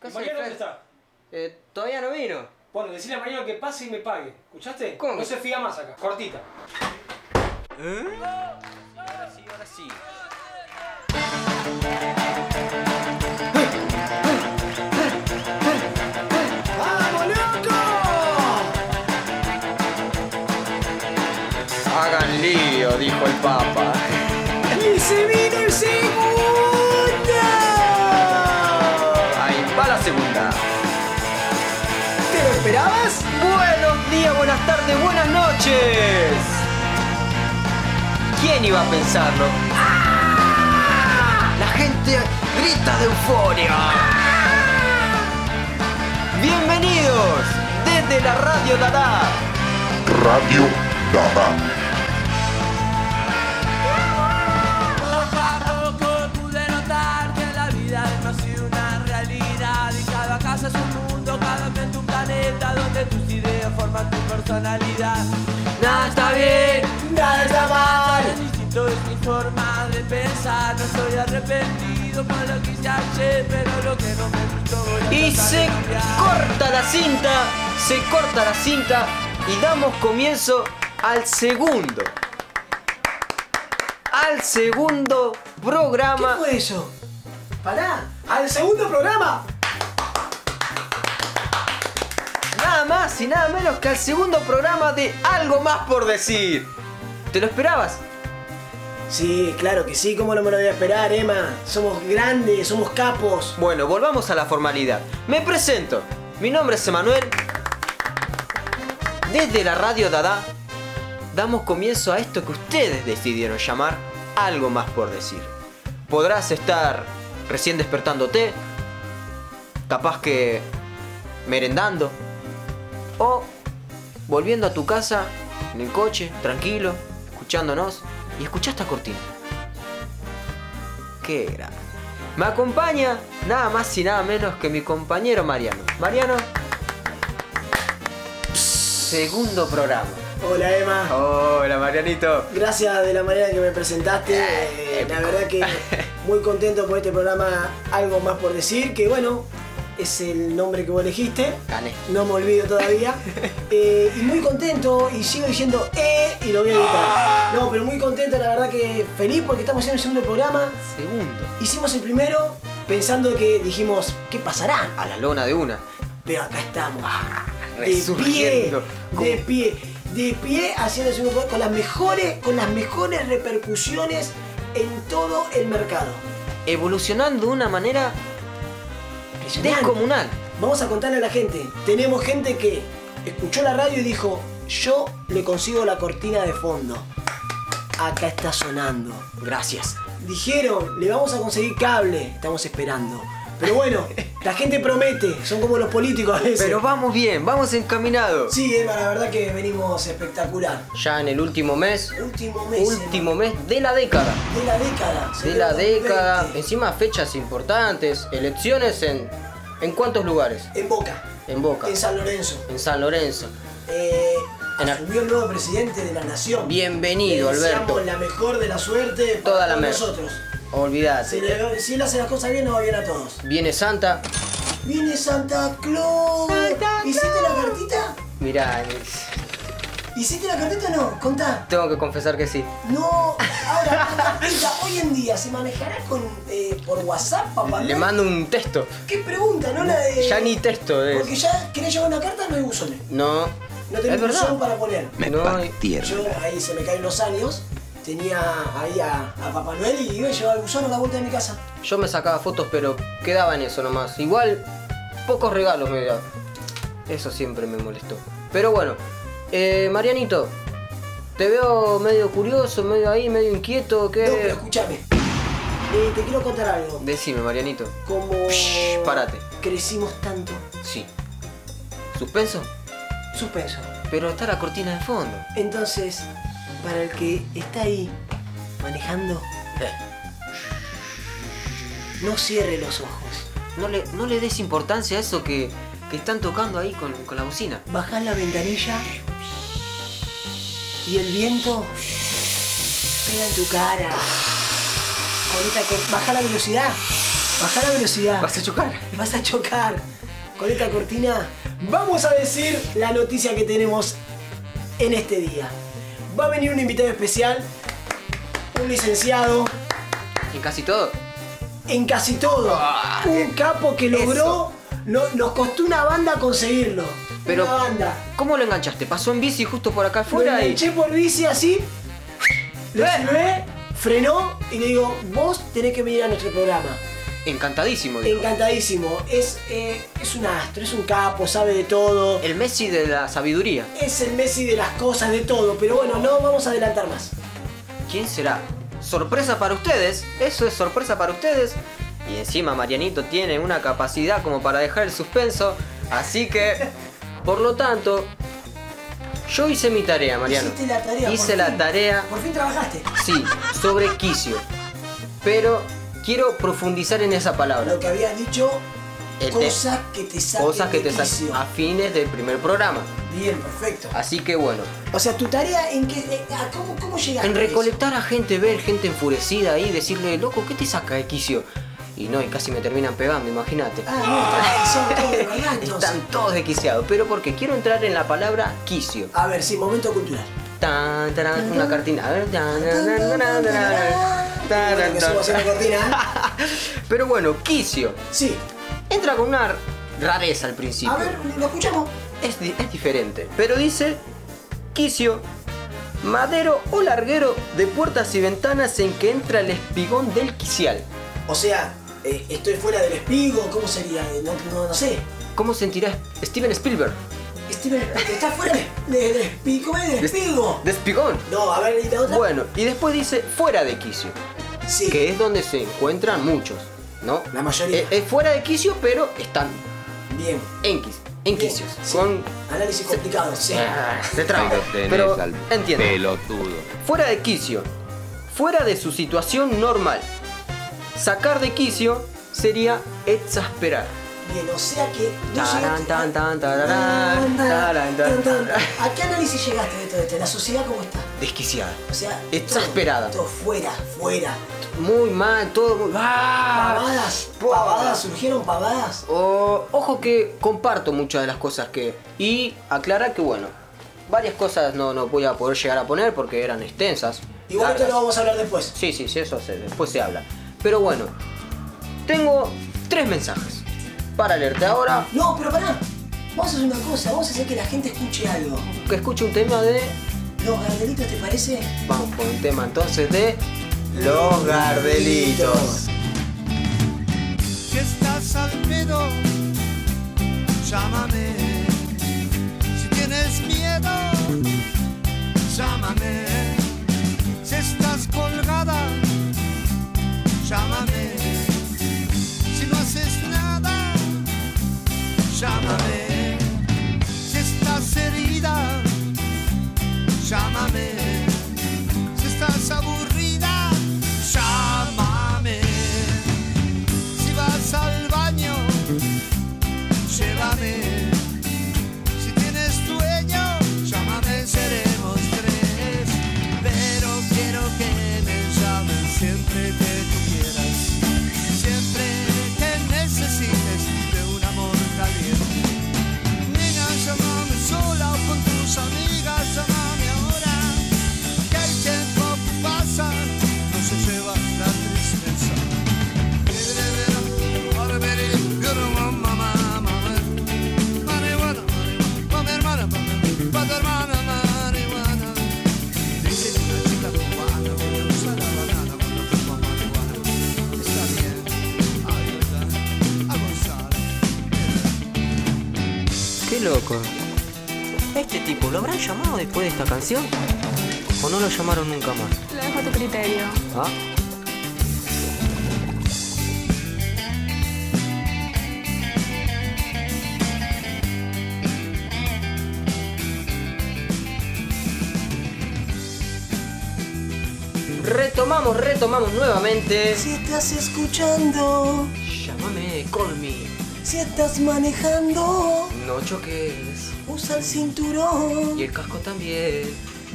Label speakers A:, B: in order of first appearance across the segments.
A: Cosa de
B: Mariano,
A: Fer.
B: ¿dónde está?
A: Eh, todavía no vino.
B: Bueno, decirle a Mariano que pase y me pague. ¿Escuchaste?
A: ¿Cómo?
B: No se fía más acá. Cortita.
A: Ahora sí, ahora sí.
C: Hagan lío, dijo el Papa.
D: ¡Y se vino el segundo!
C: Ahí va la segunda.
D: ¿Te lo esperabas?
C: Buenos días, buenas tardes, buenas noches. ¿Quién iba a pensarlo? ¡Ah! La gente grita de euforia.
A: ¡Ah!
C: Bienvenidos desde la Radio Dada.
E: Radio Dada.
C: Nada está bien, nada está mal. Y se corta la cinta, se corta la cinta y damos comienzo al segundo. Al segundo
D: ¿Qué
C: programa.
D: fue eso? ¡Pará! ¡Al segundo programa!
C: Nada más y nada menos que al segundo programa de Algo Más por Decir. ¿Te lo esperabas?
D: Sí, claro que sí, ¿cómo no me lo voy a esperar, Emma? Somos grandes, somos capos.
C: Bueno, volvamos a la formalidad. Me presento. Mi nombre es Emanuel. Desde la radio Dada damos comienzo a esto que ustedes decidieron llamar algo más por decir. Podrás estar recién despertándote, capaz que merendando o volviendo a tu casa en el coche, tranquilo, escuchándonos y escuchá esta cortina. Qué grave. Me acompaña nada más y nada menos que mi compañero Mariano. Mariano. Segundo programa.
D: Hola, Emma.
C: Hola Marianito.
D: Gracias de la manera que me presentaste.
C: Eh,
D: eh, la verdad que muy contento por este programa Algo Más por Decir, que bueno, es el nombre que vos elegiste.
C: Gané.
D: No me olvido todavía. Eh, y muy contento y sigo diciendo eh y lo voy a evitar. No, pero muy contento, la verdad que feliz porque estamos haciendo el segundo programa.
C: Segundo.
D: Hicimos el primero pensando que dijimos, ¿qué pasará?
C: A la lona de una.
D: Pero acá estamos. De pie.
C: resurgiendo.
D: De pie. De pie haciendo el segundo programa con las mejores, con las mejores repercusiones en todo el mercado.
C: Evolucionando de una manera
D: Impresionante.
C: descomunal.
D: Vamos a contarle a la gente. Tenemos gente que escuchó la radio y dijo, yo le consigo la cortina de fondo. Acá está sonando.
C: Gracias.
D: Dijeron, le vamos a conseguir cable. Estamos esperando. Pero bueno, la gente promete. Son como los políticos a veces.
C: Pero vamos bien, vamos encaminados.
D: Sí, Emma, la verdad que venimos espectacular.
C: Ya en el último mes,
D: Último mes.
C: último mes de la década.
D: Emma, De la década.
C: De la década.
D: 2020.
C: Encima fechas importantes, elecciones en... ¿En cuántos lugares?
D: En Boca.
C: En Boca.
D: En San Lorenzo.
C: En San Lorenzo.
D: Eh,
C: En Ar-
D: asumió el nuevo presidente de la nación.
C: Bienvenido,
D: Le deseamos
C: Alberto.
D: la mejor de la suerte para
C: Toda la
D: todos
C: mejor.
D: nosotros. Si,
C: Olvidate.
D: le- si él hace las cosas bien, nos va bien a todos.
C: Viene Santa.
D: Viene Santa Claus. ¿Hiciste la cartita?
C: Mirá, eh,
D: ¿Hiciste la cartita o no? Contá.
C: tengo que confesar que sí.
D: No, ahora la cartita hoy en día se manejará con eh, por WhatsApp, papá.
C: Le mando un texto.
D: ¿Qué pregunta? No la de.
C: Ya ni texto
D: Eh, Porque
C: es.
D: ya querés llevar una carta, no hay buzones.
C: No.
D: No
C: es
D: tenés buzón
C: verdad.
D: para poner.
E: Me
C: No,
E: partieron.
D: Yo ahí se me caen los años, tenía ahí a, a Papá Noel y iba a llevar el buzón a la vuelta de mi casa.
C: Yo me sacaba fotos, pero quedaba en eso nomás. Igual, pocos regalos me da. Eso siempre me molestó. Pero bueno, eh, Marianito, te veo medio curioso, medio ahí, medio inquieto.
D: No, pero
C: ¿Qué?
D: escúchame. Eh, te quiero contar algo.
C: Decime, Marianito.
D: Como
C: Shh, parate.
D: crecimos tanto.
C: Sí. ¿Suspenso?
D: Suspenso.
C: Pero está la cortina de fondo.
D: Entonces, para el que está ahí manejando,
C: Eh,
D: no cierre los ojos.
C: no, le, no le des importancia a eso que, que están tocando ahí con, con la bocina.
D: Bajás la ventanilla y el viento pega en tu cara. Ahorita que baja la velocidad. Baja la velocidad.
F: Vas a chocar.
D: Vas a chocar. Con esta cortina vamos a decir la noticia que tenemos en este día. Va a venir un invitado especial, un licenciado
C: En casi todo.
D: en casi todo. Un capo que logró,
C: Ah, eso.
D: no- nos costó una banda conseguirlo.
C: Pero-
D: una banda.
C: ¿Cómo lo enganchaste? Pasó en bici justo por acá
D: Lo
C: afuera y.
D: enganché por bici así, lo
C: Eh.
D: silbé, frenó y le digo, vos tenés que venir a nuestro programa.
C: Encantadísimo, dijo.
D: Encantadísimo. Es, eh, es un astro, es un capo, sabe de todo.
C: El Messi de la sabiduría.
D: Es el Messi de las cosas, de todo. Pero bueno, no vamos a adelantar más.
C: ¿Quién será? Sorpresa para ustedes. Eso es sorpresa para ustedes. Y encima Marianito tiene una capacidad como para dejar el suspenso. Así que, por lo tanto, yo hice mi tarea, Mariano.
D: Hiciste la tarea.
C: Hice
D: por
C: la
D: fin.
C: tarea.
D: Por fin trabajaste.
C: Sí, sobre quicio. Pero quiero profundizar en esa palabra.
D: Lo que habías dicho,
C: El te-
D: cosas que te saquen
C: Este, Cosas que te
D: de
C: Ah.
D: quicio.
C: saquen a fines del primer programa.
D: Bien, perfecto.
C: Así que bueno,
D: O sea, tu tarea en que. eh, ah, ¿cómo, ¿Cómo llegaste?
C: en
D: a eso?
C: recolectar a gente, ver gente enfurecida ahí, decirle, loco, ¿qué te saca de quicio? Y no, y casi me terminan pegando, imagínate.
D: Ah, no, está- son todos de verdad, entonces.
C: Están todos desquiciados, pero porque quiero entrar en la palabra quicio.
D: A ver, sí, momento cultural.
C: Tan, tarán, una cartina. A ver, tan, tarán, tarán, tarán,
D: Bueno,
C: tarán,
D: que subo haciendo
C: tarán.
D: cortina.
C: Pero bueno, quicio.
D: Sí.
C: Entra con una rareza al principio.
D: A ver, lo escuchamos.
C: es, di- es diferente. Pero dice, quicio, madero o larguero de puertas y ventanas en que entra el espigón del quicial.
D: O sea, eh, estoy fuera del espigo, ¿cómo sería? Eh, No, no, no sé.
C: ¿Cómo sentirá Steven Spielberg?
D: Steven, está fuera de- de- del espigo. ¿Cómo es del
C: Des-
D: espigo?
C: De espigón.
D: No, a ver, ¿y la otra?
C: Bueno, y después dice fuera de quicio,
D: sí.
C: que es donde se encuentran muchos, ¿no?
D: La mayoría.
C: Eh, Es, fuera de quicio, pero están
D: Bien.
C: en, quis- en
D: Bien,
C: quicios.
D: sí.
C: Son...
D: Análisis complicado, sí.
C: Ah, Se traba.
G: tenés
C: Pero
G: al
C: entiendo.
G: Pelotudo.
C: Fuera de quicio. Fuera de su situación normal. Sacar de quicio sería exasperar.
D: Bien, o sea que. no
C: Tarán,
D: llegaste-
C: tan, tan, tararán,
D: Tan, tan,
C: tarán, tan,
D: tan,
C: tarán.
D: tan. ¿A qué análisis llegaste de todo esto? ¿La sociedad cómo está?
C: Desquiciada.
D: O sea,
C: Exasperada.
D: Todo, todo fuera, fuera.
C: Muy mal, todo muy... ¡Ah!
D: Pavadas,
C: po-
D: pavadas, surgieron pavadas.
C: O- ojo que comparto muchas de las cosas que... Y aclara que bueno, varias cosas no, no voy a poder llegar a poner porque eran extensas.
D: Igual esto
C: largas.
D: lo vamos a hablar después.
C: Sí, sí, sí, eso se, después se habla. Pero bueno, tengo tres mensajes para leerte ahora.
D: No, pero pará. Vamos a hacer una cosa, vamos a hacer que la gente escuche algo.
C: Que escuche un tema de...
D: Los gardelitos, ¿te parece?
C: Vamos con un tema entonces de... Los Gardelitos.
H: Si estás al pedo, llámame. Si tienes miedo, llámame. Si estás colgada, llámame. Si no haces nada, llámame. Si estás herida, llámame. Si estás aburrida, llámame. Si vas al baño, llévame. Si tienes dueño, llámame, seremos tres. Pero quiero que me llamen siempre que tú quieras. Siempre que necesites de un amor caliente. Nena, llámame sola o con tus amigas, llámame ahora. Que el tiempo pasa, no se lleva la tristeza.
C: Qué loco. ¿A Este tipo, ¿lo habrán llamado después de esta canción? ¿O no lo llamaron nunca más?
I: Lo dejo a tu criterio.
C: ¿Ah? Retomamos, retomamos nuevamente.
D: Si estás escuchando,
C: Llámame, call me.
D: si estás manejando,
C: No choques.
D: usa el cinturón.
C: Y el casco también.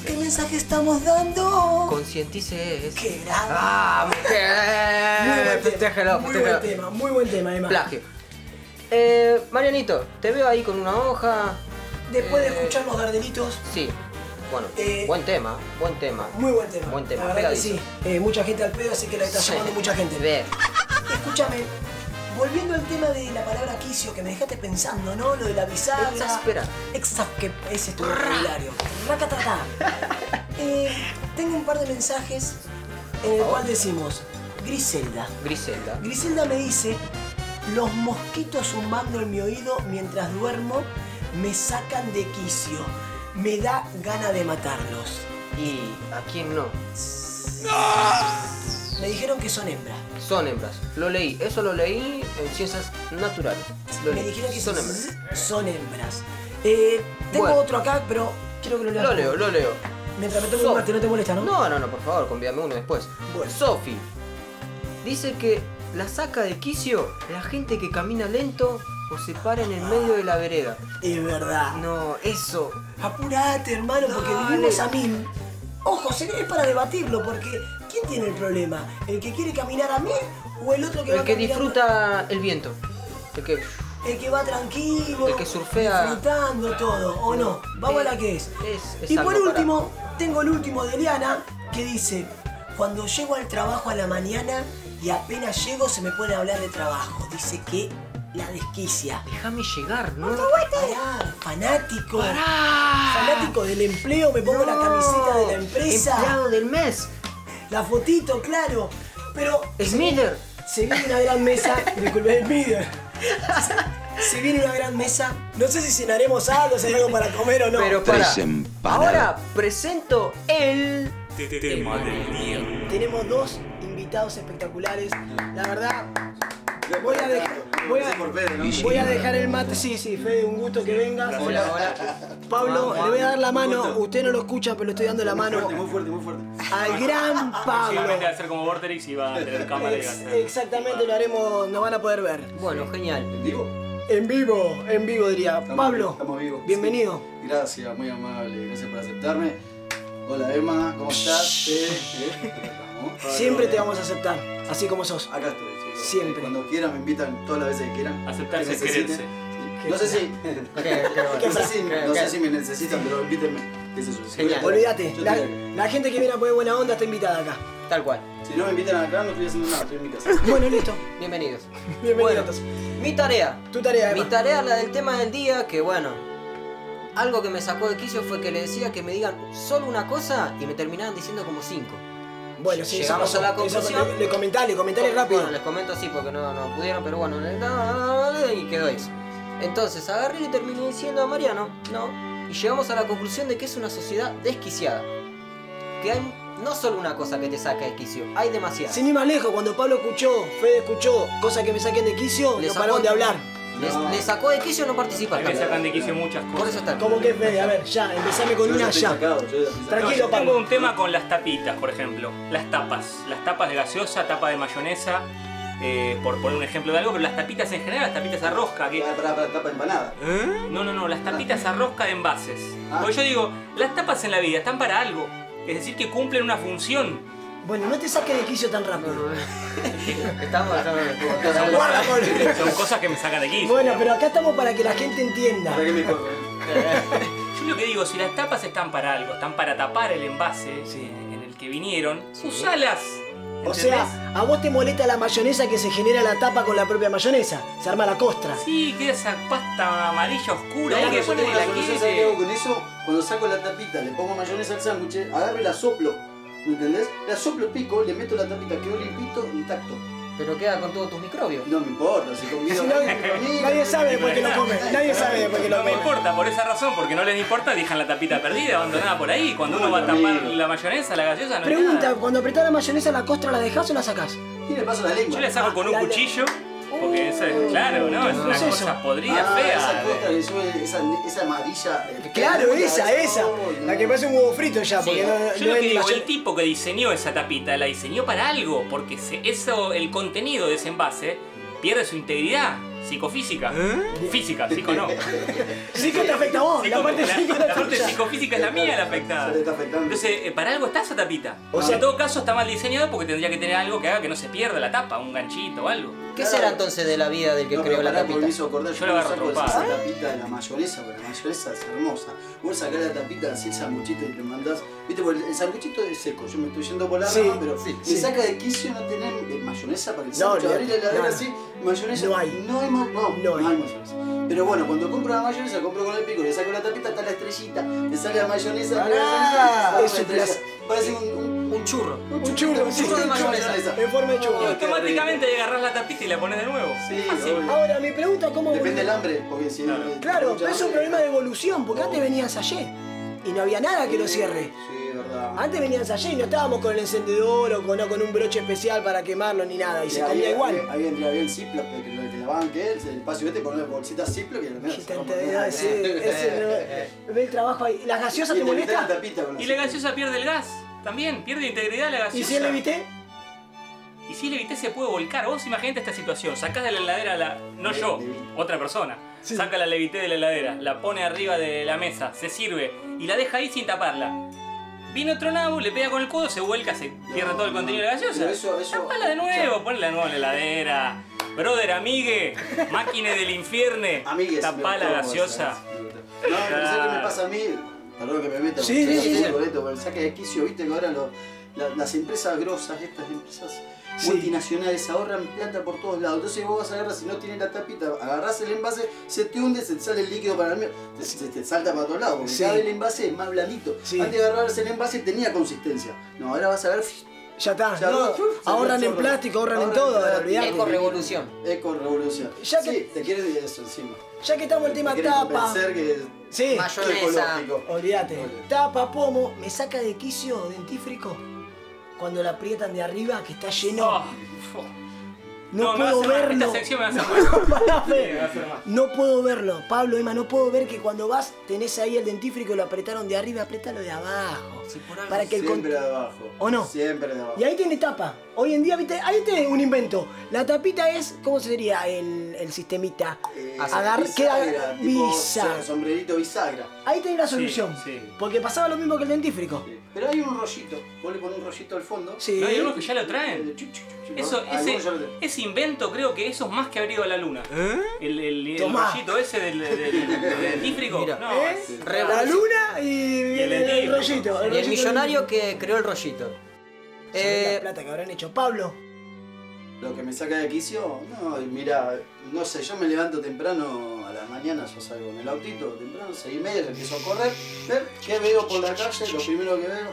D: ¿Qué mensaje estamos dando?
C: Concientice eso.
D: ¡Qué grave!
C: ¡Ah, mujer! Festéjalo,
D: muy buen
C: festéjalo.
D: tema, muy buen tema, además.
C: Plagio. Eh, Marianito, te veo ahí con una hoja.
D: Después de
C: Eh,
D: escuchar los gardelitos,
C: Sí. Bueno,
D: Eh,
C: buen tema, buen tema.
D: muy buen tema.
C: Buen tema,
D: La verdad que sí.
C: pegadizo.
D: Eh, mucha gente al pedo, así que la está llamando mucha gente.
C: Bien.
D: Escúchame, volviendo al tema de la palabra quicio, que me dejaste pensando, ¿no? Lo de la bisagra.
C: Exaspera.
D: Exas- que ese es tu vocabulario. Racatatá. Eh, tengo un par de mensajes en el cual decimos, Griselda.
C: Griselda.
D: Griselda me dice, los mosquitos zumbando en mi oído mientras duermo me sacan de quicio. Me da gana de matarlos.
C: ¿Y a quién no?
D: Me dijeron que son hembras.
C: Son hembras. Lo leí. Eso lo leí en ciencias naturales. Lo
D: Me
C: leí.
D: dijeron que
C: Son
D: son
C: hembras.
D: hembras. Son hembras. Eh, tengo
C: Bueno.
D: otro acá, pero quiero que lo leas.
C: Lo
D: vos.
C: leo, lo leo.
D: Mientras me tomo
C: So-
D: un mate, no te molesta, ¿no?
C: No, no, no, por favor, convídame uno después.
D: Bueno.
C: Sofi dice que la saca de quicio la gente que camina lento o se para en el medio de la vereda.
D: Es verdad.
C: No, eso.
D: Apurate, hermano, porque
C: Dale.
D: vivimos a mil. Ojo, se- es para debatirlo, porque ¿quién tiene el problema? ¿El que quiere caminar a mil o el otro que
C: El
D: va
C: que
D: caminando-
C: disfruta el viento. El que.
D: El que va tranquilo.
C: El que surfea.
D: Disfrutando todo, ¿o no? Vamos a la que es.
C: Es- es
D: y por
C: algo
D: último, tengo el último de Eliana que dice: Cuando llego al trabajo a la mañana y apenas llego se me pone a hablar de trabajo. Dice que la desquicia.
C: Déjame llegar, ¿no?
D: Pará, fanático. Fanático del empleo, me pongo la
C: No.
D: camiseta de la empresa.
C: Empleado del mes.
D: La fotito, claro. Pero.
C: Es Miller.
D: Se viene una gran mesa. Disculpe, es Miller. Se viene una gran mesa. No sé si cenaremos algo, si hay algo para comer o no.
C: Pero para. Ahora presento el.
D: Tenemos dos invitados espectaculares. La verdad. Voy a, dej- voy, a, voy a dejar el mate. Sí, sí, Fede, un gusto que vengas.
C: Hola, hola.
D: Pablo, le voy a dar la mano. Usted no lo escucha, pero le estoy dando la mano. Muy fuerte, muy fuerte. Al gran Pablo.
G: Próximamente va a ser como Vorterix y va a tener cámara y va a
D: Ex-
G: ser-
D: Exactamente, lo haremos, nos van a poder ver.
C: Bueno, genial.
D: En vivo, en vivo diría.
I: Estamos
D: Pablo,
I: vivos, estamos vivos.
D: bienvenido.
I: Gracias, muy amable, gracias por aceptarme. Hola Emma, ¿cómo estás? Eh, eh, vamos.
D: Siempre te vamos a aceptar, así como sos.
I: Acá estoy, chicos.
D: Siempre.
I: Cuando quieran, me invitan todas las veces que quieran.
G: Aceptarse
I: Que
G: es
I: necesiten.
G: quererse.
I: Sí. No sé si. No sé si, no sé si me necesitan, pero invítenme. Qué sé yo, si voy a-
C: Genial.
D: Olvídate,
I: Yo
D: la,
I: estoy acá.
D: la gente que viene a poner buena onda está invitada acá.
C: Tal cual.
I: Si no me invitan acá, no estoy haciendo nada, estoy en mi casa.
D: Bueno, listo.
C: Bienvenidos.
D: Bienvenido.
C: Bueno,
D: entonces.
C: mi tarea.
D: Tu tarea,
C: Mi
D: Emma.
C: tarea es la del tema del día, que bueno. Algo que me sacó de quicio fue que le decía que me digan solo una cosa y me terminaban diciendo como cinco.
D: Bueno, sí,
C: Llegamos
D: eso
C: a la
D: pasó. Eso-
C: conclusión.
D: Le, le comentale, comentale rápido.
C: Bueno, les comento así porque no, no pudieron, pero bueno, le- y quedó eso. Entonces agarré y terminé diciendo a Mariano, no, y llegamos a la conclusión de que es una sociedad desquiciada. Que hay no solo una cosa que te saca de quicio, hay demasiadas.
D: Sin ir más lejos, cuando Pablo escuchó, Fede escuchó, cosas que me saquen de quicio,
C: Le
D: no
C: sacó-
D: pararon de hablar.
C: Les- Le sacó de quicio no participar.
G: Acá sacan
C: también.
G: de quicio muchas cosas.
C: Por eso está.
D: ¿Cómo que Fede? A ver, ya, empezame con
I: Yo ya
D: una
I: estoy
D: ya.
I: sacado, yo ya estoy sacado.
G: No,
D: Tranquilo,
G: yo tengo
D: Pablo.
G: un tema con las tapitas, por ejemplo. Las tapas. Las tapas de gaseosa, tapa de mayonesa, eh, por poner un ejemplo de algo, pero las tapitas en general, las tapitas a rosca. Que...
I: Para, para, para, tapa empanada.
G: No, no, no, las tapitas a rosca de envases.
I: Ah.
G: Porque yo digo, las tapas en la vida están para algo. Es decir, que cumplen una función.
D: Bueno, no te saques de quicio tan rápido.
I: Ah,
C: Estamos, estamos-
D: Guarda, Pablo.
G: Son cosas que me sacan de quicio.
D: Bueno, pero acá estamos para que la gente entienda.
I: Para que me jodan.
G: Yo lo que digo, si las tapas están para algo, están para tapar el envase en el que vinieron, usalas.
D: O sea, a vos te molesta la mayonesa que se genera la tapa con la propia mayonesa. Se arma la costra.
G: Sí, queda esa pasta amarilla oscura.
I: No,
G: ahí
I: no,
G: que
I: yo tengo
G: pone
I: la
G: la
I: solución,
G: quite.
I: ¿sabes qué hago con eso? Cuando saco la tapita, le pongo mayonesa al sándwich, agarro y la soplo. ¿Me entendés? La soplo, pico, le meto la tapita, quedó limpito, intacto.
C: Pero queda con todos tus microbios.
I: No me importa, si convido
D: Si
I: a
D: no,
I: nadie,
D: nadie sabe después que lo come. Nadie sabe después que lo
G: No me
D: come.
G: importa, por esa razón, porque no les importa, dejan la tapita perdida, abandonada por ahí. Cuando uno va a tapar la mayonesa, la gaseosa, no hay
D: Pregunta,
G: nada.
D: cuando apretás la mayonesa, ¿la costra la dejás o la sacás?
I: Y le paso la lengua.
G: Yo la saco con un
D: La- la-
G: cuchillo, porque esa es, claro, ¿no? Es
D: no
G: una
D: es eso.
G: cosa podrida,
I: Ah,
G: fea.
I: Esa costa
G: de-
I: que sube, esa, esa amarilla. eh,
D: eh. Claro,
I: que-
D: esa, esa.
I: Oh, no.
D: La que parece un huevo frito ya, Ah, porque no,
G: Yo
D: no
G: lo
D: es
G: que digo,
D: mayo-
G: el tipo que diseñó esa tapita la diseñó para algo, porque se- eso, el contenido de ese envase pierde su integridad. psicofísica. Física, psico no.
D: Sí que te afecta a vos, la
G: Psico-
D: parte
G: la-
D: psíquica
G: la parte
D: tuya.
G: psicofísica es la mía la afectada.
I: Se le está afectando.
G: Entonces, eh, para algo está esa tapita.
D: O sea-
G: en todo caso está mal diseñado porque tendría que tener algo que haga que no se pierda la tapa, un ganchito o algo.
C: ¿Qué será entonces de la vida del que
I: No,
C: creó
I: pero
C: la
I: pará, porque
C: tapita?
I: me hizo acordar,
G: Yo
I: yo
G: la
I: no
G: agarro
I: saco esa
G: trompada.
I: tapita de la mayonesa, porque la mayonesa es hermosa. Vos sacás la tapita, así el sanguchito y le mandás. Viste, porque el sanguchito es seco, yo me estoy yendo por la
D: Sí,
I: rama, pero me
D: sí.
I: saca de quicio no tener eh, mayonesa para el
D: No,
I: sándwich.
D: olvidate.
I: Abrir la heladera
D: No, no.
I: así, mayonesa.
D: No hay.
I: No hay, ma- no,
D: No
I: no
D: hay.
I: hay mayonesa. Pero bueno, cuando compro la mayonesa, compro con el pico, le saco la tapita, está la estrellita, le sale la mayonesa,
D: Pará,
I: le sale la
D: es un
I: estrella.
D: placer.
I: Parece un, un,
C: Un churro.
D: Un churro,
I: un churro de mayonesa.
D: En forma de
G: Y
D: churro.
I: qué
G: automáticamente Ah, agarrás la tapita y la pones de nuevo.
I: Sí,
G: Fácil.
I: obvio.
D: Ahora, mi pregunta es cómo...
I: Depende del hambre, porque si no. eh,
D: Claro,
I: mucha
D: pero es un
I: hambre.
D: problema de evolución, porque antes venían sachet y no había nada que lo cierre.
I: Sí, verdad.
D: Antes venían sachet y no estábamos con el encendedor o con, o con un broche especial para quemarlo ni nada, y se
I: Ahí-
D: comía
I: ahí-
D: igual.
I: Ahí vendría bien Ziploc, que lo que lavaban que es el paso vete con una bolsita Ziploc que
D: Y te entendés, ah, sí,
I: Eh,
D: ese- Ve el trabajo ahí. ¿Las gaseosas te
I: molesta?
D: molestan?
G: Y la gaseosa pierde el gas. También pierde integridad la gaseosa.
D: ¿Y si el levité?
G: Y si el levité se puede volcar. Vos imaginate esta situación. Sacás de la heladera la. No yo, otra persona. Saca la levité de la heladera, la pone arriba de la mesa, se sirve y la deja ahí sin taparla. Viene otro nabo, le pega con el codo, se vuelca, se pierde todo el
I: no.
G: contenido de la gaseosa.
I: Pero eso- eso-
G: Tapala de nuevo, ponla de nuevo en la heladera. Brother, amigue, máquina del infierno,
I: Amigues.
G: tapá
I: me
G: la
I: gustó,
G: gaseosa.
I: ¿sabes? Me gustó. No, pero ¿sabes qué me pasa a mí? Perdón que me meta.
D: Sí, sí,
I: porque yo
D: sí,
I: tengo
D: sí.
I: boleto por el saque de quicio, viste que ahora lo- la- las empresas grosas, estas empresas
D: Sí.
I: multinacionales, ahorran plata por todos lados. Entonces vos vas a agarrar, si no tiene la tapita, agarrás el envase, se te hunde, se te sale el líquido para el medio, te, se te salta para todos lados, porque
D: Sí.
I: cada vez el envase es más blandito.
D: Sí.
I: Antes de agarrarse el envase tenía consistencia. No, ahora vas a ver. fiu,
D: Ya está,
I: Ya,
D: Ah, no,
I: uf, salió
D: ahorran
I: el
D: en
I: chorro.
D: plástico, ahorran en
I: Ahorran
D: todo,
I: en
D: ahora,
I: plástico.
D: olvidate.
C: Eco revolución.
I: Eco revolución.
D: Ya que-
I: Sí, te quieren eso encima.
D: Ya que estamos en el tema
I: Te quieren
D: tapa,
I: convencer que
D: sí,
C: Mayonesa.
I: ecológico.
D: olvídate,
I: Olvídate.
D: tapa, pomo, me saca de quicio dentífrico cuando la aprietan de arriba que está
G: Oh,
D: lleno,
G: oh.
D: no,
G: me va a
D: puedo
G: hacer mal.
D: verlo.
G: Esta sección me va a hacer mal.
D: Mala fe.
G: Sí, me va a hacer mal.
D: No puedo verlo, Pablo, Emma, no puedo ver que cuando vas tenés ahí el dentífrico y lo apretaron de arriba, apretalo de abajo. para que el con-
I: Siempre de abajo.
D: ¿O no?
I: Siempre de abajo.
D: Y ahí tiene tapa. Hoy en día, viste, ahí tiene un invento. La tapita es, ¿cómo sería el, el sistemita?
I: Eh,
D: Agar- queda-
I: tipo
D: bisagra.
I: som- sombrerito bisagra.
D: Ahí tenés la solución.
G: sí.
D: Porque pasaba lo mismo que el dentífrico.
I: Pero hay un rollito. Vos le ponés un rollito al fondo. Eh,
D: Sí.
G: No, hay algunos que ya lo traen.
I: Chuc, chuc, chuc, chuc.
G: Eso,
I: Algunos
G: ese,
I: ya lo traen.
G: ese invento creo que eso es más que haber ido a la luna. El, el, el
D: Tomá.
G: rollito ese del, del, del- del dentífrico.
C: Mira.
G: No,
D: ¿Eh?
G: es-
D: La luna y,
G: el
D: el,
G: dentífrico.
D: rollito.
C: Y el
D: rollito
C: millonario que creó el rollito.
D: del- Sabés
C: Eh,
D: la plata que habrán hecho. Pablo,
I: Lo que me saca de quicio, no, y mira, no sé, yo me levanto temprano a la mañana, yo salgo en el autito, temprano, seis y media, ya empiezo a correr, ver qué veo por la calle, lo primero que veo,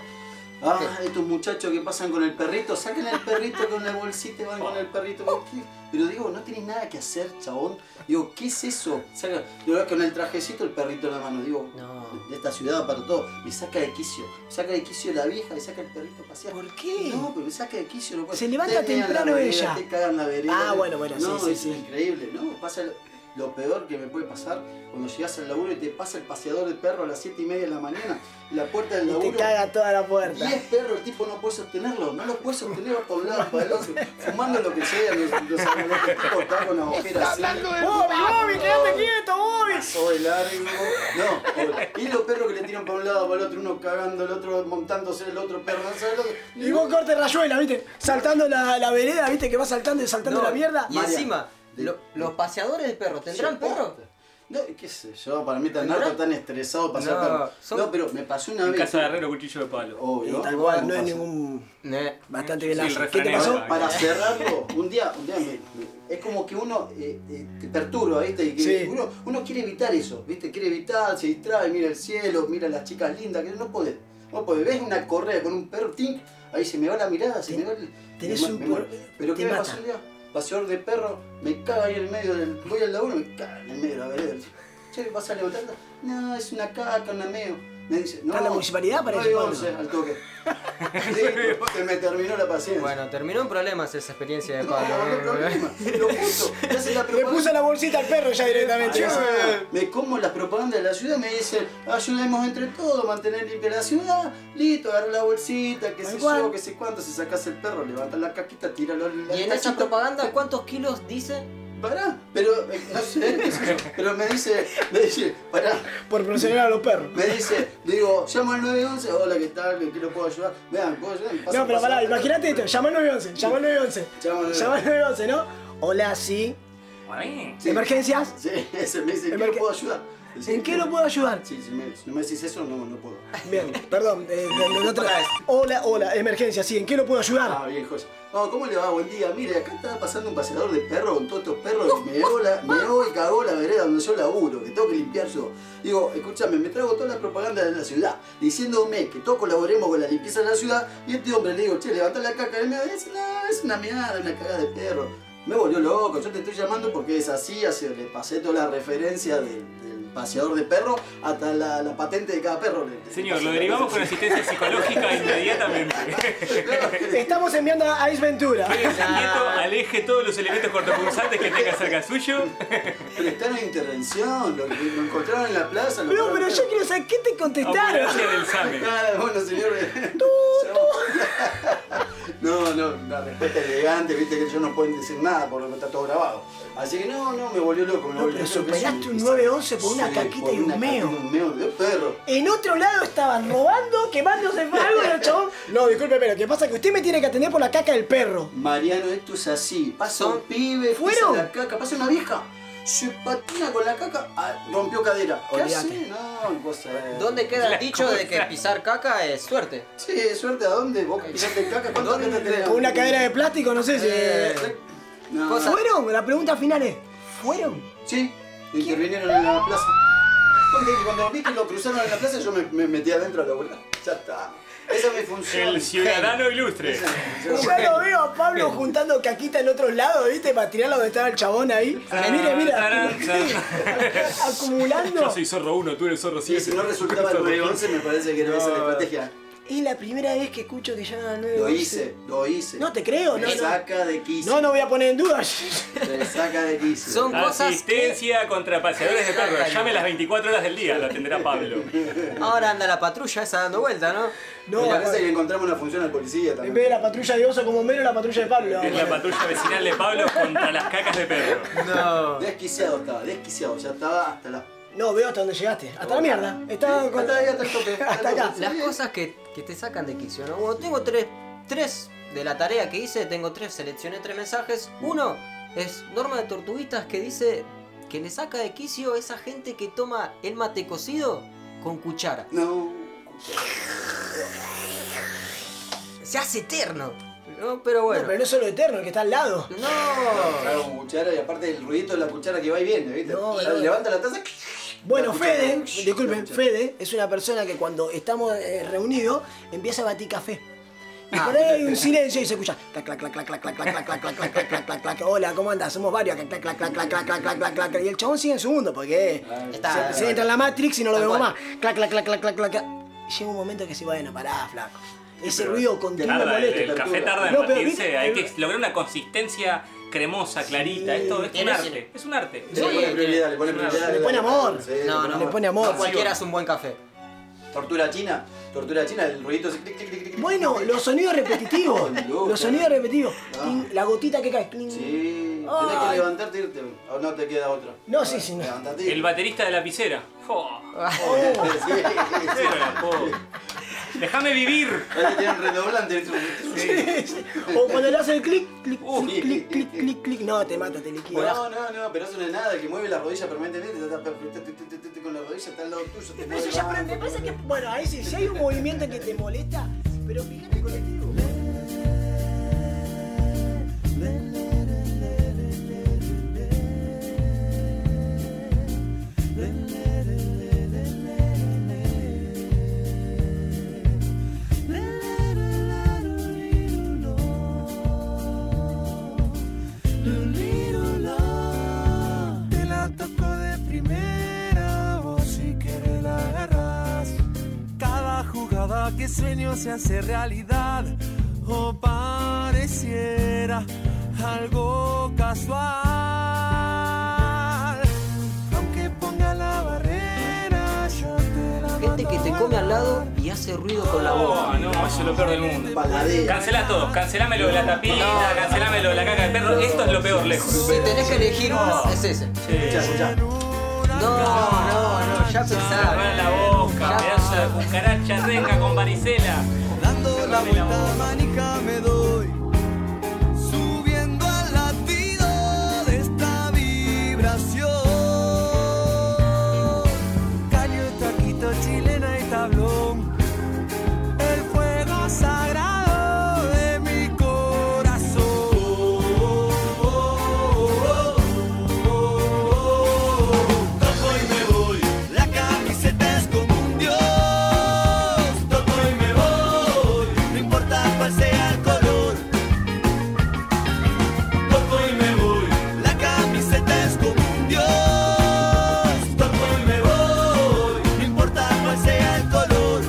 I: ah, estos muchachos que pasan con el perrito, saquen el perrito con la bolsita y van con el perrito, ¿por qué? pero digo, no tenés nada que hacer, chabón, digo, ¿qué es eso? Saca, digo, con el trajecito el perrito en la mano, digo,
C: no.
I: de esta ciudad para todo, me saca de quicio, me saca de quicio la vieja, me saca el perrito a pasear.
D: ¿por qué?
I: No, pero me saca de quicio, no puede-
D: Se levanta
I: Te mean la
D: temprano
I: vereda,
D: ella.
I: Te cagan la vereda.
D: Ah, bueno, bueno, sí,
I: No,
D: sí,
I: es
D: sí.
I: increíble, ¿no? Pasa lo, lo peor que me puede pasar cuando llegas al laburo y te pasa el paseador de perro a las 7 y media de la mañana y la puerta del
D: Y
I: laburo.
D: te caga toda la puerta.
I: 10 perros, el tipo no puede sostenerlo, no lo puede sostener va para un lado, para el otro, fumando lo que sea, los, los, los tipos están con agujeras así,
D: ¡Bobby, Bobby, quédate quieto, Bobby!
I: pasó de largo, no, y los perros que le tiran para un lado, para el otro, uno cagando, el otro montándose, el otro perro, ¿sabes lo que-
D: Y vos corte rayuela, viste, saltando la, la vereda, viste, que va saltando y saltando
C: No,
D: la mierda.
C: Y
I: Marian,
C: encima,
I: de-
C: lo- los paseadores de perros, ¿tendrán
I: Sí,
C: perro?
I: posta. No, qué sé yo, para mí tan
C: ¿Tendrán?
I: harto, tan estresado pasar
C: No,
I: perro.
C: son-
I: No, pero me pasó una
G: en
I: vez.
G: casa de herrero, cuchillo de palo.
I: Obvio.
D: Y tal cual,
I: ¿Cómo
D: no es
I: pasa?
D: ningún. Bastante bien
G: Sí, el
D: la- ¿Qué te
G: refranero.
D: pasó?
I: Para, para cerrarlo, un día, un día me- me- es como que uno eh, eh, te perturba, ¿viste? Y que
D: Sí.
I: uno, uno quiere evitar eso, ¿viste? Quiere evitar, se distrae, mira el cielo, mira las chicas lindas, que no podés. No podés, ves una correa con un perro, tink, ahí se me va la mirada, se
D: Te-
I: me va el.
D: tenés
I: me mu-
D: un
I: me muero.
D: por-
I: Pero
D: te
I: ¿qué me
D: mata.
I: pasó un día? Paseador de perro, me caga ahí en el medio del. Voy al laburo, me caga en el medio de la vereda. Che, ¿vas a levantarla? No, es una caca, un ameo. Me dice, no,
D: ¿Está en la municipalidad para
I: no,
D: eso,
I: hay
D: Pablo?
I: once al toque. Listo, se me terminó la paciencia.
C: Bueno, terminó en problemas esa experiencia de
I: No, no,
C: Pablo. eh,
I: problema. Lo puso. Le hace la
D: Le puso
I: propaganda.
D: la bolsita al perro ya directamente.
I: Ah, Me como las propagandas de la ciudad, me dicen, ayudemos entre todos, mantener limpia la ciudad, listo, agarra la bolsita, que
D: Tal
I: sé
D: cual.
I: yo, que sé cuánto, si sacas el perro, levanta la caquita, tíralo al
C: Y en esa propaganda, ¿cuántos kilos dice?
I: pará, pero eh, no sé, qué sé yo, pero me dice, me dice, pará,
D: Por presionar a los perros.
I: me dice, digo, llamo al 911, hola, ¿qué tal? ¿En ¿Qué lo puedo ayudar? Vean, ¿puedo ayudar? Pasa,
D: No, pero
I: pasa.
D: pará, imagínate esto, llama al 911, llama al 911.
I: Llama al 911.
D: Llama al 911, ¿no? Hola, sí.
G: Ahí.
I: Sí.
D: ¿Emergencias?
I: Sí, ese me dice, ¿en qué
D: Emergen-
I: lo puedo ayudar?
D: ¿En qué lo puedo ayudar?
I: Sí, si me, si me decís eso, no, no puedo.
D: Bien, perdón, eh, no- no te- Hola, hola, emergencia, sí, ¿en qué lo puedo
I: Ah,
D: ayudar?
I: bien, José. No, ¿cómo le va? Buen día. Mire, acá está pasando un paseador de perro con todos estos perros. y Me la, meó y cagó la vereda donde yo laburo, que tengo que limpiar yo. Digo, escúchame, me trago toda la propaganda de la ciudad, diciéndome que todos colaboremos con la limpieza de la ciudad. Y este hombre le digo, che, levanta la caca. Y me dice, no, es una mierda, una cagada de perro. Me volvió loco, yo te estoy llamando porque es así, así le pasé toda la referencia del, del paseador de perro hasta la, la patente de cada perro. le- le
G: Señor,
I: pasé
G: lo
I: la
G: derivamos con
I: referencia.
G: asistencia psicológica inmediatamente.
D: Estamos enviando a Ice Ventura.
G: Nieto, aleje todos los elementos cortopunzantes que tenga cerca suyo.
I: Prestaron intervención, lo, lo encontraron en la plaza.
D: No,
I: lo
D: pero
I: encontraron-
D: yo quiero saber qué te contestaron.
G: Ambulancia del SAME.
I: Nada, bueno, señor. No, no, la respuesta elegante, viste que ellos no pueden decir nada por lo que está todo grabado. Así que no, no, me volvió loco, me
D: No,
I: volvió
D: pero
I: loco.
D: superaste un 911 por una
I: Sí,
D: caquita
I: por
D: y un
I: una
D: meo.
I: caquita y un meo de perro.
D: En otro lado estaban robando, quemándose fuego y el chabón. No, disculpe, pero ¿qué pasa? Que usted me tiene que atender por la caca del perro.
I: Mariano, esto es así. Pasa un pibe,
D: ¿Fueron?
I: pisa la caca, pasa una vieja, se patina con la caca, ah, rompió cadera. ¿Qué
C: Olvídate.
I: hace? No, cosa.
C: ¿Dónde queda
G: La
C: el dicho de que
G: cosa.
C: pisar caca es suerte?
I: Sí, suerte, ¿a dónde? Vos pisaste caca, ¿cuánto
C: ¿Dónde?
I: caca tenés?
D: Con una cadera de plástico, no sé si.
C: Eh,
I: No.
D: ¿Fueron? La pregunta final es: ¿fueron?
I: Sí, intervinieron en la plaza. Porque cuando vi que lo cruzaron en la plaza, yo me, me metí adentro a laburar. Ya está. Esa es mi función.
G: El ciudadano ilustre.
I: Esa es mi función.
D: Ya lo veo a Pablo juntando caquita en otro lado, ¿viste? Para tirarla donde estaba el chabón ahí. Eh, Mire, mira.
G: Tarán, tarán. Yo
D: Acumulando.
G: soy zorro 1, tú eres zorro 7.
I: Sí, si no resultaba el 911, me parece que era esa la estrategia.
D: Es la primera vez que escucho que llaman al 911.
I: Lo hice, lo hice.
D: No te creo, no,
I: Me
D: no.
I: saca de quicio.
D: No, no voy a poner en duda.
I: Me saca de quicio.
C: Son- cosas que-
G: Asistencia contra paseadores de perros. Llame las 24 horas del día, la atenderá Pablo.
C: Ahora anda la patrulla esa dando vuelta, ¿no?
D: No,
I: me parece que le encontramos una función al policía
D: en
I: también.
D: vez de la patrulla de oso como mero, la patrulla de Pablo.
G: Es la patrulla vecinal de Pablo contra las cacas de perro.
I: Desquiciado estaba, desquiciado. Ya estaba hasta la.
D: No, veo hasta dónde llegaste. Hasta la mierda. Está con...
I: Hasta ahí, hasta el tope.
D: Hasta
I: el tope.
D: acá.
I: Sí.
C: Las cosas que, que te sacan de quicio, ¿no? Bueno, tengo tres, tres de la tarea que hice, tengo tres, seleccioné tres mensajes. Uno es Norma de Tortuguitas que dice que le saca de quicio esa gente que toma el mate cocido con cuchara.
I: No.
C: Se hace eterno, ¿no? Pero
D: No,
C: bueno.
D: pero no es solo eterno, el que está al lado.
C: No,
I: Claro, con cuchara y aparte el ruidito de la cuchara que va y viene, ¿viste?
D: No,
I: Ya
D: no.
I: Levanta la taza.
D: Bueno,
I: La cuchara.
D: Fede,
I: Shh, la
D: disculpen,
I: cuchara.
D: Fede es una persona que cuando estamos eh, reunidos empieza a batir café. Y
C: Ah.
D: por ahí hay un silencio y se escucha clac clac clac clac clac clac clac clac clac clac clac clac clac clac hola cómo andas somos varios acá, clac clac clac clac clac clac clac clac clac clac y el chabón sigue en su mundo porque eh,
C: Está-
D: se, se entra en la Matrix y no lo
C: Tal
D: vemos
C: cual.
D: más clac clac clac clac clac clac clac. Y llega un momento que se bueno pará flaco ese
I: Pero
D: ruido continuo
G: Tarda, el, el
D: molesto
G: café tarda en
D: No, pero
G: batirse,
D: viste,
G: hay
I: eh,
D: el-
G: que lograr una consistencia cremosa, clarita. Esto es un
C: Tiene-
G: arte, es un arte.
I: Le pone prioridad, le pone prioridad.
D: Le pone amor.
I: Sí, le
C: no, no.
D: Le pone amor.
C: No cualquiera es un buen café.
I: Tortura china, tortura china, el ruidito ese clic, clic, clic, clic, clic.
D: bueno los sonidos repetitivos
I: Loco.
D: los sonidos repetitivos
I: Ah.
D: Ting, la gotita que cae ting.
I: Sí, tenés que
D: Ay.
I: levantarte e irte, o no te queda otra.
D: No, sí, sí, no.
I: Levantate.
G: El baterista de la piscera. Jo,
I: Sí, sí.
G: pero la puedo. Déjame vivir.
I: Ahí tiene un redoblante.
D: O cuando le hace el clic, clic,
I: Uy.
D: clic, clic, clic, clic, clic. No, te mata, te liquida.
I: No, no, no, pero eso no es nada, el que mueve la rodilla permanentemente, está- está- está- está- está- está con la rodilla, está al lado tuyo. te
D: Pero eso
I: mueve
D: ya,
I: la
D: pero
I: mano.
D: me parece que. Bueno, ahí sí, si hay un movimiento que te molesta, pero fíjate con el tío.
H: Te la toco de primera, vos si querés la agarrás. Cada jugada que sueño se hace realidad o pareciera algo casual. Aunque ponga la barrera, yo te la
C: ¿Qué gente que te come al lado y hace ruido con la
G: Oh,
C: boca.
G: no, eso es lo peor del mundo.
I: Paladera.
G: Cancelá todo, cancelame lo de la tapita, cancelame lo de la caca de perro, esto es lo peor lejos.
C: Si tenés que elegir uno, es ese.
I: Escuchá, escuchá.
C: No, no, no, ya
G: Cerrá
C: pensaba.
G: la boca, pedazo de cucaracha renga con varicela.
H: Dando la
G: Cerrame la
H: vuelta manija me doy, subiendo al latido de esta vibración. Caño, taquito, chilena y tablón, el fuego sagrado de mi corazón. Toco y me voy, la camiseta es como un dios. Toco y me voy, no importa cuál sea el color. Toco y me voy, la camiseta es como un dios. Toco y me voy, no importa cuál sea el color.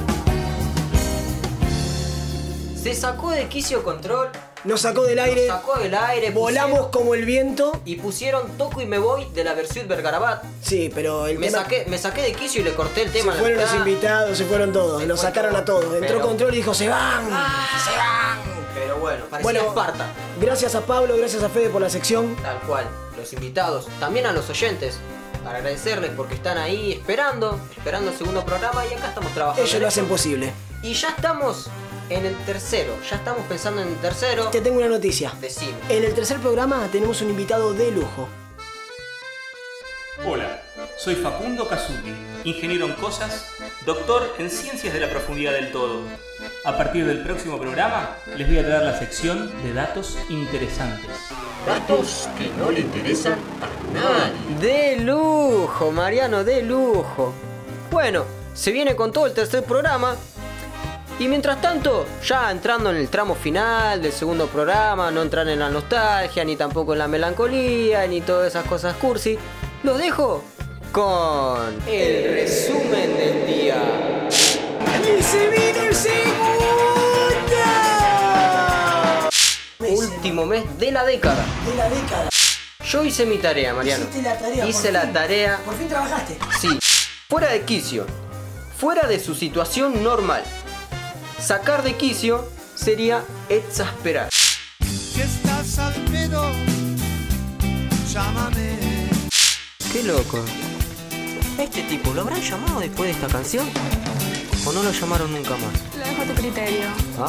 C: Se sacó de quicio control,
D: Nos sacó del
C: lo
D: aire,
C: sacó del aire,
D: volamos
C: pusieron-
D: como el viento.
C: y pusieron Toco y me voy de la versión Vergarabat.
D: Sí, pero el
C: Me
D: tema-
C: saqué, me saqué de quicio y le corté el
D: Se
C: tema. a la
D: fueron los
C: mitad.
D: invitados, se fueron todos,
C: Se
D: nos
C: fue
D: sacaron
C: todo,
D: a todos. Entró
C: pero- Ah.
D: control y dijo, se van. Se van.
C: Pero bueno, parecía
D: Bueno,
C: Esparta.
D: gracias a Pablo, gracias a Fede por la sección.
C: Tal cual, los invitados, también a los oyentes, para agradecerles porque están ahí esperando, esperando el segundo programa y acá estamos trabajando.
D: Ellos lo hacen posible.
C: Y ya estamos en el tercero, ya estamos pensando en el tercero.
D: Te tengo una noticia.
C: Decime.
D: En el tercer programa tenemos un invitado de lujo.
G: Hola, soy Facundo Casuti, ingeniero en cosas, doctor en ciencias de la profundidad del todo. A partir del próximo programa les voy a traer la sección de datos interesantes.
E: Datos que no le interesan a nadie.
C: De lujo, Mariano, de lujo. Bueno, se viene con todo el tercer programa. Y mientras tanto, ya entrando en el tramo final del segundo programa, no entrar en la nostalgia, ni tampoco en la melancolía, ni todas esas cosas cursi, los dejo con el resumen del día. Último mes de la década.
D: De la década.
C: Yo hice mi tarea, Mariano.
D: Hiciste la tarea,
C: Hice
D: por
C: la
D: fin.
C: tarea.
D: Por fin trabajaste.
C: Sí, fuera de quicio. Fuera de su situación normal. Sacar de quicio sería exasperar.
H: Si estás al pedo, llámame.
C: Qué loco. ¿A este tipo lo habrán llamado después de esta canción? ¿O no lo llamaron nunca más?
J: Lo dejo a tu criterio.
C: ¿Ah?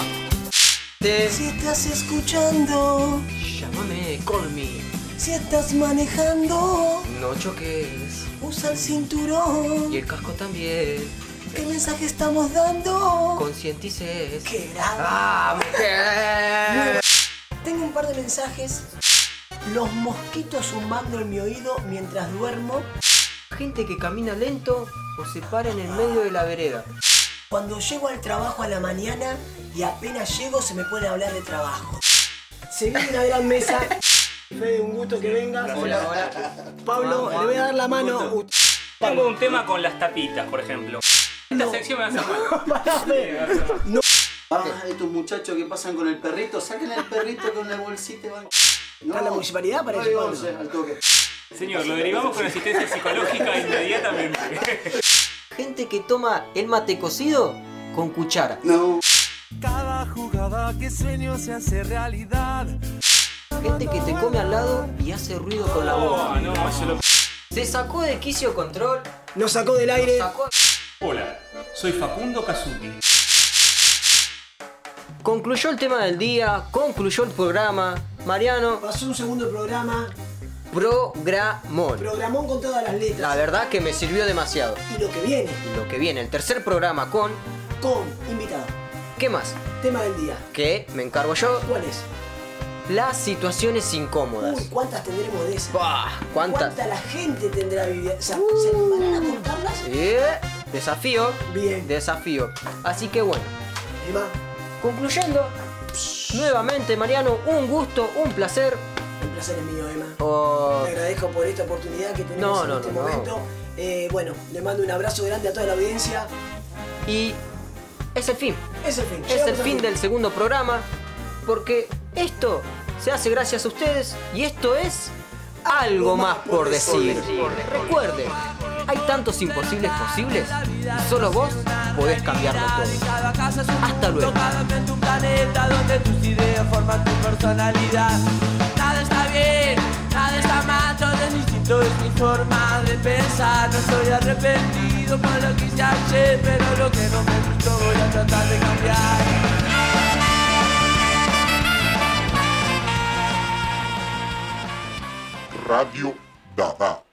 C: Te-
H: Si estás escuchando,
C: Llámame, call me.
H: si estás manejando,
C: No choques.
H: usa el cinturón.
C: Y el casco también.
H: ¿Qué mensaje estamos dando?
C: Concientices.
H: ¡Qué grave!
C: ¡Ah, mujer!
H: Tengo un par de mensajes.
D: Los mosquitos zumbando en mi oído mientras duermo.
C: Gente que camina lento o se para en el medio de la vereda.
D: Cuando llego al trabajo a la mañana y apenas llego se me pueden hablar de trabajo. Se viene una gran mesa. Fede, un gusto que vengas.
C: Hola, hola.
D: Pablo, le voy a dar la mano.
G: Tengo un tema con las tapitas, por ejemplo. Esta sección me hace mal.
I: Ah, estos muchachos que pasan con el perrito, saquen el perrito con la bolsita y van. No,
D: ¿Está la municipalidad para eso,
I: no,
D: Pablo?
I: al toque.
G: Señor, lo derivamos con asistencia psicológica inmediatamente.
C: Gente que toma el mate cocido con cuchara.
I: No.
H: Cada jugada que sueño se hace realidad.
C: Gente que te come al lado y hace ruido con la
G: Oh,
C: boca.
G: no, eso lo...
C: Se sacó de quicio control,
D: Nos sacó del aire.
C: sacó...
G: Hola, soy Facundo Casuti.
C: Concluyó el tema del día, concluyó el programa. Mariano,
D: Pasó un segundo programa.
C: programón.
D: Programón con todas las
C: La
D: letras.
C: verdad que me sirvió demasiado.
D: Y lo que viene
C: Y Lo que viene, el tercer programa con...
D: con invitado.
C: ¿Qué más?
D: Tema del día.
C: Que me encargo yo.
D: ¿Cuál es?
C: Las situaciones incómodas.
D: Uy, ¿cuántas tendremos de esas?
C: Bah, ¿Cuántas? Uh.
D: ¿Cuánta la gente tendrá vivida? O sea, ¿se animarán a contarlas?
C: Eh, Desafío.
D: Bien.
C: Desafío. Así que bueno.
D: Emma,
C: Concluyendo, nuevamente Mariano, un gusto, un placer.
D: el placer es mío, Emma.
C: Oh,
D: Te agradezco por esta oportunidad que tenemos
C: No,
D: en
C: no,
D: este
C: no, no.
D: momento. Eh, bueno, le mando un abrazo grande a toda la audiencia.
C: y es el fin.
D: Es el fin.
C: Es
D: Llegamos
C: el
D: al
C: fin del segundo programa. Porque esto se hace gracias a ustedes. Y esto es algo más por decir. Recuerden, Hay tantos imposibles posibles y solo vos podés cambiarlo todo.
F: Cada casa es un
C: Hasta
F: mundo,
C: luego.
F: cada mente un planeta donde tus ideas forman tu personalidad. Nada está bien, nada está mal, todo es distinto, es mi forma de pensar. No estoy arrepentido por lo que hice ayer, pero lo que no me gustó voy a tratar de cambiar.
K: Radio Dada.